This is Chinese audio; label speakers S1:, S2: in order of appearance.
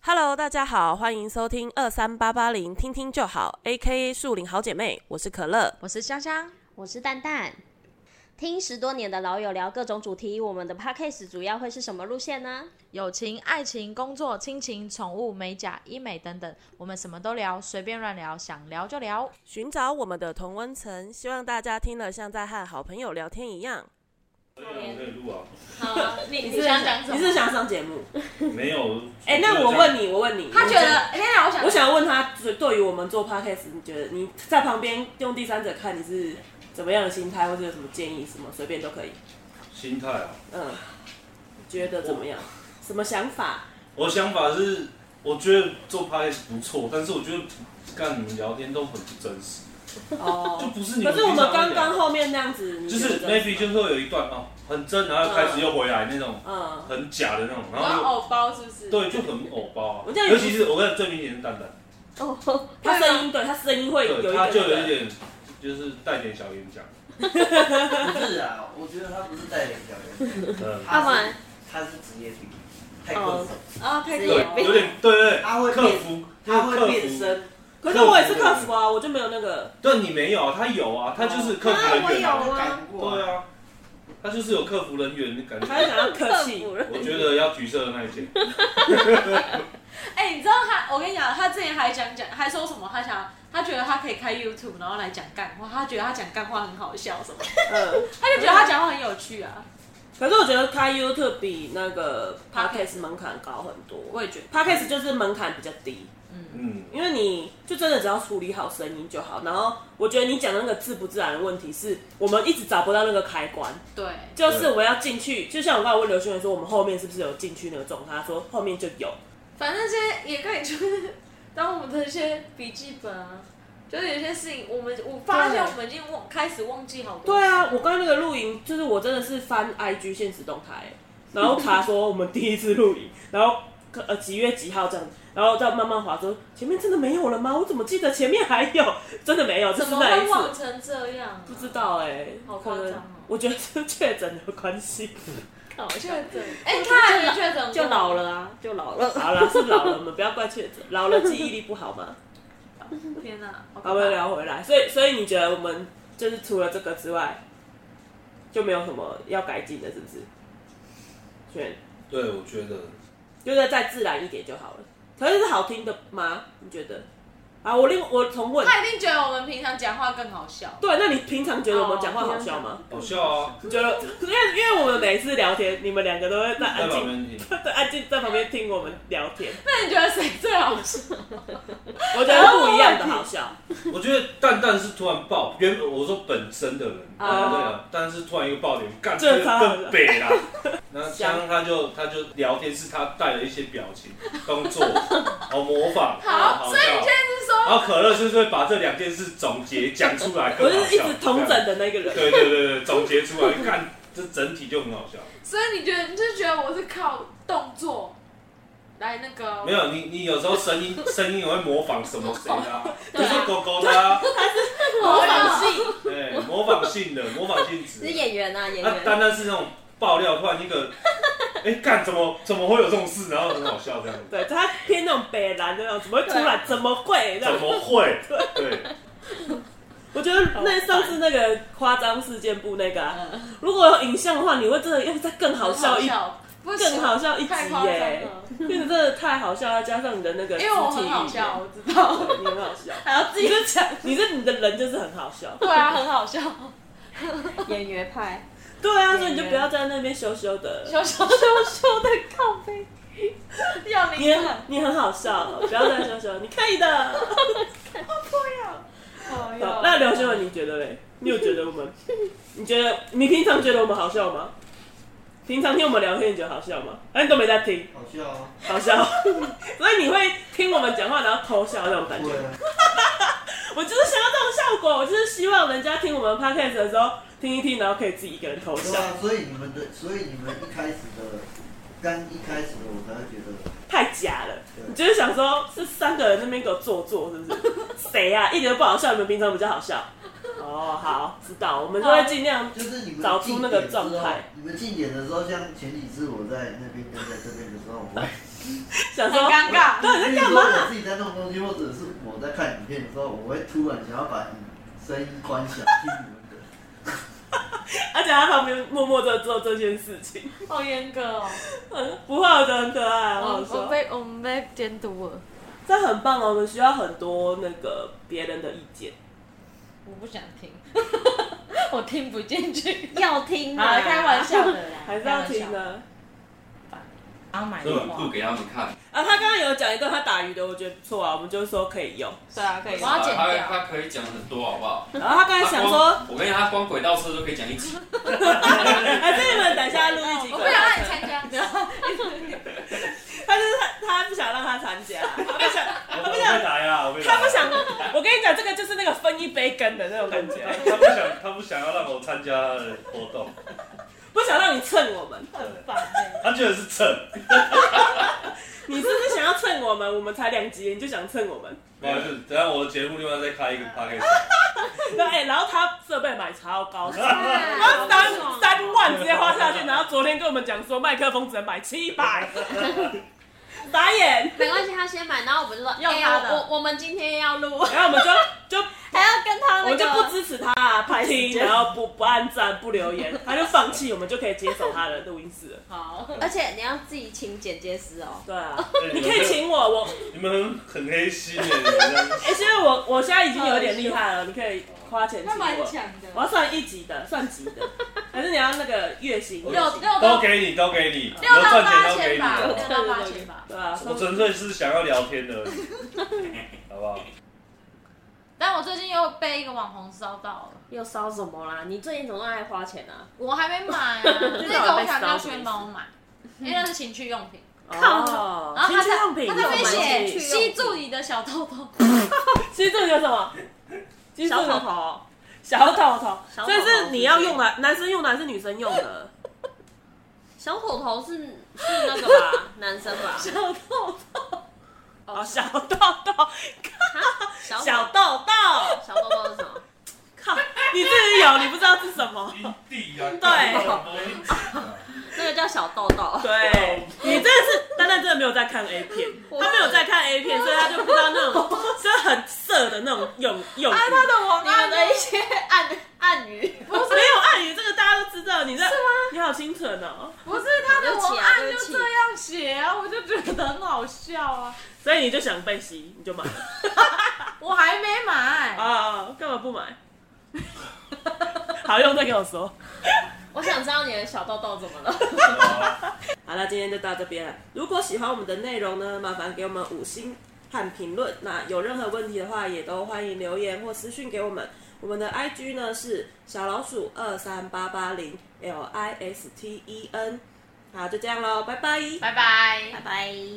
S1: Hello，大家好，欢迎收听二三八八零，听听就好，A.K.A 树林好姐妹，我是可乐。
S2: 我是香香，
S3: 我是蛋蛋。听十多年的老友聊各种主题，我们的 podcast 主要会是什么路线呢？
S2: 友情、爱情、工作、亲情、宠物、美甲、医美等等，我们什么都聊，随便乱聊，想聊就聊。
S1: 寻找我们的同温层，希望大家听了像在和好朋友聊天一样。
S4: 可以录啊，
S3: 好啊，你你
S1: 你是想上节目？
S4: 没有。
S1: 哎、那我问你，我问你，
S2: 他觉
S5: 哎
S2: 得，天哪，我想
S1: 我，想问他，对对于我们做 podcast，你觉得你在旁边用第三者看你是怎么样的心态，或者有什么建议，什么随便都可以。
S4: 心态啊，
S1: 嗯，你觉得怎么样？什么想法？
S4: 我的想法是，我觉得做 p o 不错，但是我觉得干你们聊天都很不真实，
S1: 哦，
S4: 就不 是你
S1: 可
S4: 们
S1: 是我
S4: 平常
S1: 们
S4: 会
S1: 刚
S4: 聊
S1: 刚
S4: 的
S1: 后面那样子，你
S4: 就
S1: 觉
S4: 是
S1: 得
S4: maybe 就是会有一段哦，很真，然后开始又回来那种
S1: 嗯，
S4: 很假的那种，然
S2: 然
S4: 后
S2: 后偶包是不是？
S4: 又对就很偶包啊
S1: 哦我这样，也
S4: 尤
S1: 不
S4: 其是我跟你最明显是蛋 蛋，
S3: 哦，
S1: 他声音对他声音会有一
S4: 对，
S1: 个
S4: 他
S1: 那
S4: 就有
S1: 个
S4: 一点就是带点小演讲，
S6: 不是啊，我觉得他不是代言小人，
S4: 嗯，
S3: 要不
S6: 他是
S3: 然
S6: 他是职业病，太
S1: 哦
S6: 过分，
S5: 哦
S2: 啊，太
S3: 职业
S4: 对，有点对对，
S6: 他会
S4: 对克服，
S6: 他
S4: 克
S6: 会
S4: 服
S6: 变身，
S1: 可是我也是客服啊，我就没有那个。
S4: 对你没有啊，他有啊，他就是客
S1: 哦
S4: 服
S3: 啊我
S4: 人员啊，
S3: 有
S6: 改不过
S4: 对。啊，他就是有客服人员的感觉。
S1: 他想要客 气，
S4: 我觉得要橘色的那一件，
S5: 哎、你知道他？我跟你讲，他之前还讲讲，还说什么？他想，他觉得他可以开 YouTube，然后来讲干话。他觉得他讲干话很好笑，什么？
S1: 嗯。
S5: 他就觉得他讲话很有趣啊。
S1: 可是我觉得开 YouTube 比那个 Podcast 门槛高很多
S5: 我也觉得，
S1: ，Podcast 就是门槛比较低，
S4: 嗯，
S1: 因为你就真的只要处理好声音就好。然后我觉得你讲的那个自不自然的问题是，我们一直找不到那个开关，
S5: 对，
S1: 就是我要进去，就像我刚才问刘轩文说，我们后面是不是有进去那个状态？他说后面就有，
S5: 反正现在也可以就是当我们的一些笔记本啊，就是有些事情，我们我发现
S1: 对
S5: 我们已经忘开始忘记好多。
S1: 对啊，我刚刚那个录影，就是我真的是翻 IG 现实动态，然后查说我们第一次录影，然后可呃几月几号这样，然后再慢慢划说前面真的没有了吗？我怎么记得前面还有？真的没有，就
S5: 怎
S1: 是
S5: 么
S1: 那一
S5: 会
S1: 次，
S5: 忘成这样、啊？
S1: 不知道哎、
S5: 好
S1: 可
S5: 夸张哦
S1: 能我觉得是确诊的关系。
S3: 好
S5: 确
S3: 笑，
S5: 诊，哎、他还没确诊过
S3: 就老了啊，就老了。
S1: 好啦，是老了，我们不要怪确诊，老了记忆力不好 嘛。
S5: 天哪、好
S1: 好，我
S5: 可
S1: 们
S5: 怕
S1: 聊回来，所以所以你觉得我们就是除了这个之外，就没有什么要改进的，是不是？选。
S4: 对，我觉得
S1: 就是再自然一点就好了。可是是好听的吗？你觉得？啊，我另我重问，
S5: 他一定觉得我们平常讲话更好笑。
S1: 对，那你平常觉得我们讲话好笑吗？
S4: 好笑啊，
S1: 你觉得？因为因为我们每次聊天，你们两个都会在
S4: 在
S1: 安
S4: 旁
S1: 静，
S4: 边听，
S1: 在安静在旁边听我们聊天，
S5: 那你觉得谁最好笑？
S1: 我觉得不一样的好笑。
S4: 我觉得蛋蛋是突然爆，原我说本身的人，对
S5: 哦
S4: 啊，但是突然一个爆点，干
S1: 这
S4: 这
S1: 超好
S4: 更北啦。那像他就他就聊天是他带了一些表情、动作，好模仿，
S5: 好
S4: 所以你现在是说，然后可乐就是会把这两件事总结讲出来，
S1: 我
S4: 更
S1: 就
S4: 好
S1: 是一
S4: 笑
S1: 直同
S4: 这样
S1: 整的那个人，
S4: 对对对对，总结出来，看这整体就很好笑。
S5: 所以你觉得你就觉得我是靠动作来那个？
S4: 没有你，你有时候声音声音也会模仿什么谁啊，就是狗狗的啊，
S5: 模仿性，
S4: 对，模仿性的，模仿性质
S3: 是。演员啊，演
S4: 那
S3: 员。
S4: 单单是那种爆料，突然一个， 哎，干怎么怎么会有这种事？然后很好笑这样子，
S1: 对，他偏那种北蓝的那种，怎么会突然？怎么会？这
S4: 怎
S1: 样
S4: 么会？对，
S1: 我觉得那上次那个夸张事件部那个啊，如果有影像的话，你会真的又再更好笑一
S5: 嗯笑，不行
S1: 更好笑一集
S5: 太夸张
S1: 耶、
S5: 了，
S1: 那个真的太好笑了，加上你的那个肢体语
S5: 因为我很好笑，
S1: 言，
S5: 我知道，
S1: 对你很好笑，
S5: 还要自己讲，
S1: 你这你的人就是很好笑，
S5: 对啊，很好笑，
S3: 演员派，
S1: 对啊，所以你就不要在那边羞羞的，
S5: 羞羞羞羞的靠背，要
S1: 你
S5: 你
S1: 很
S5: 看，
S1: 你很好笑，哦不要再羞羞，你可以的。
S5: 哦
S1: 好
S5: 哟
S1: 那刘新文你觉得嘞？你有觉得我们？你觉得你平常觉得我们好笑吗？平常听我们聊天你觉得好笑吗？哎、你都没在听，
S6: 好笑哦，
S1: 好笑， 所以你会听我们讲话然后偷笑那种感觉
S6: 对。啊，
S1: 我就是想要这种效果，我就是希望人家听我们 podcast 的时候听一听，然后可以自己一个人偷
S6: 对
S1: 笑，
S6: 啊，所以你们的，所以你们一开始的，刚一开始的我才会觉得，
S1: 太假了。
S6: 对
S1: 你就是想说，是三个人那边给我做作，是不是？谁呀、一点都不好笑，你们平常比较好笑。哦，好，知道，我们就会尽量。
S6: 就是你们
S1: 找出那个
S6: 进点之后
S1: 状态
S6: 你们进点的时候，像前几次我在那边跟在这边的时候，我
S1: 想
S5: 很
S1: 说
S5: 尴尬。
S1: 到底在干嘛
S6: 比如说我自己在弄东西，或者是我在看影片的时候，我会突然想要把声音关小，听你们的。
S1: 而且他旁边默默的做这件事情，
S5: 好严格哦，
S1: 嗯不会，我觉得很可爱啊，
S2: 我
S1: 我
S2: 我
S1: 说
S2: 被我们被监督了，
S1: 这样很棒哦，我们需要很多那个别人的意见。
S5: 我不想听， 我听不进去。
S3: 要听
S5: 好啦
S3: 啊，
S5: 开玩笑的啦，
S1: 还是要听
S5: 的。
S1: 的。
S5: 然后买
S4: 都很
S5: 花
S4: 酷给他们看。
S1: 啊，他刚刚有讲一段他打鱼的，我觉得不错啊，我们就说可以用。
S5: 对啊，可以。
S2: 我要剪
S7: 他
S2: 掉
S7: 他可以讲很多，好不好？
S1: 然后他刚才想说，
S7: 他光，我跟你讲，他光轨道车都可以讲一集。
S1: 还是你们等一下录一集。
S2: 我不想让你参加。
S1: 他就是他，他不想让他参加，他不想，
S4: 我我被打呀，我被打
S1: 他
S4: 压
S1: 不想。我跟你讲，这个就是那个分一杯羹的那种感觉，
S4: 他不想，他不想要让我参加他的活动，
S1: 不想让你蹭我们。
S5: 很烦欸
S4: 他觉得是蹭，
S1: 你是不是想要蹭我们？我们才两集，你就想蹭我们？
S4: 不好意思，等下我的节目另外再开一个 p a c k a g
S1: 对，哎、然后他设备买超高，
S5: 哎
S1: 他
S5: 好
S1: 三
S5: 爽
S1: 三万直接花下去，然后昨天跟我们讲说麦克风只能买七百，傻眼。
S3: 没关系，他先买，然后我们就说，
S5: 用
S3: 哎
S5: 他的
S3: 我我我们今天要录，
S1: 然后我们就就
S3: 还要跟他
S1: 我
S3: 那
S1: 们就
S3: 个，
S1: 不支持他、啊，不听，然后不不按赞，不留言，他就放弃，我们就可以接手他的录音室了。
S5: 好，
S3: 而且你要自己请剪接师哦。
S1: 对啊，
S4: 哎你
S1: 你可以请我，我
S4: 你们很很黑心耶，你们这样子
S1: 哎、欸，现在我我现在已经有点厉害了，你可以花钱请
S5: 他蛮
S1: 我。
S5: 强的。
S1: 我要算一级的，算级的，还是你要那个月薪？
S4: 我
S5: 六六
S4: 都
S5: 到
S4: 给你，都给你，
S5: 六
S4: 有
S5: 到
S4: 赚钱
S5: 八
S4: 都给
S5: 千吧，
S4: 你啊。
S5: 六到八千吧。
S1: 对啊，
S4: 我纯粹是想要聊天而已，好不好？
S5: 但我最近又被一个网红烧到了，
S3: 又烧什么啦？你最近怎么那么爱花钱啊？
S5: 我还没买 啊，那个我想要轩帮我买，因为那是情趣用品。
S1: 靠
S5: 然后
S1: 情
S5: 他
S1: 趣
S5: 在
S1: 用品，
S5: 他在那边
S3: 情趣
S5: 写
S3: 用品
S5: 吸住你的小豆豆，
S1: 其实这个叫什么？其实这个
S3: 小口
S1: 头，小口
S3: 小
S1: 头，
S3: 口头
S1: 所以是你要用的，男生用的还是女生用的？
S3: 小口头是是那个吧，男生吧？
S5: 小豆豆，
S1: 哦，小豆豆， 小
S3: 小小
S1: 豆豆，
S3: 小豆豆是什么？
S1: 靠，你自己有，你不知道是什么？
S7: 地呀，
S3: 那个叫小豆豆。
S1: 对，你真的是，丹丹真的没有在看 A 片，他没有在看 A 片，所以他就不知道那种真的很色的那种用用语。
S5: 啊他的网
S3: 你们
S5: 站
S3: 的一些暗暗语，
S1: 没有暗语，这个大家都知道。你这你好清纯哦，
S5: 不是他的文
S3: 对
S5: 案
S3: 不
S5: 就
S3: 起
S5: 这样写啊，我就觉得很好笑啊。
S1: 所以你就想被吸，你就 买了
S5: 我还没买，
S1: 啊？干嘛不买？好用再跟我说。
S3: 我想知道你的小豆豆怎么了。
S1: 好了，今天就到这边了。如果喜欢我们的内容呢，麻烦给我们五星和评论。那有任何问题的话，也都欢迎留言或私讯给我们。我们的 IG 呢是小老鼠二三八八零 L I S T E N。好，就这样喽，拜拜。
S5: 拜拜。
S3: 拜。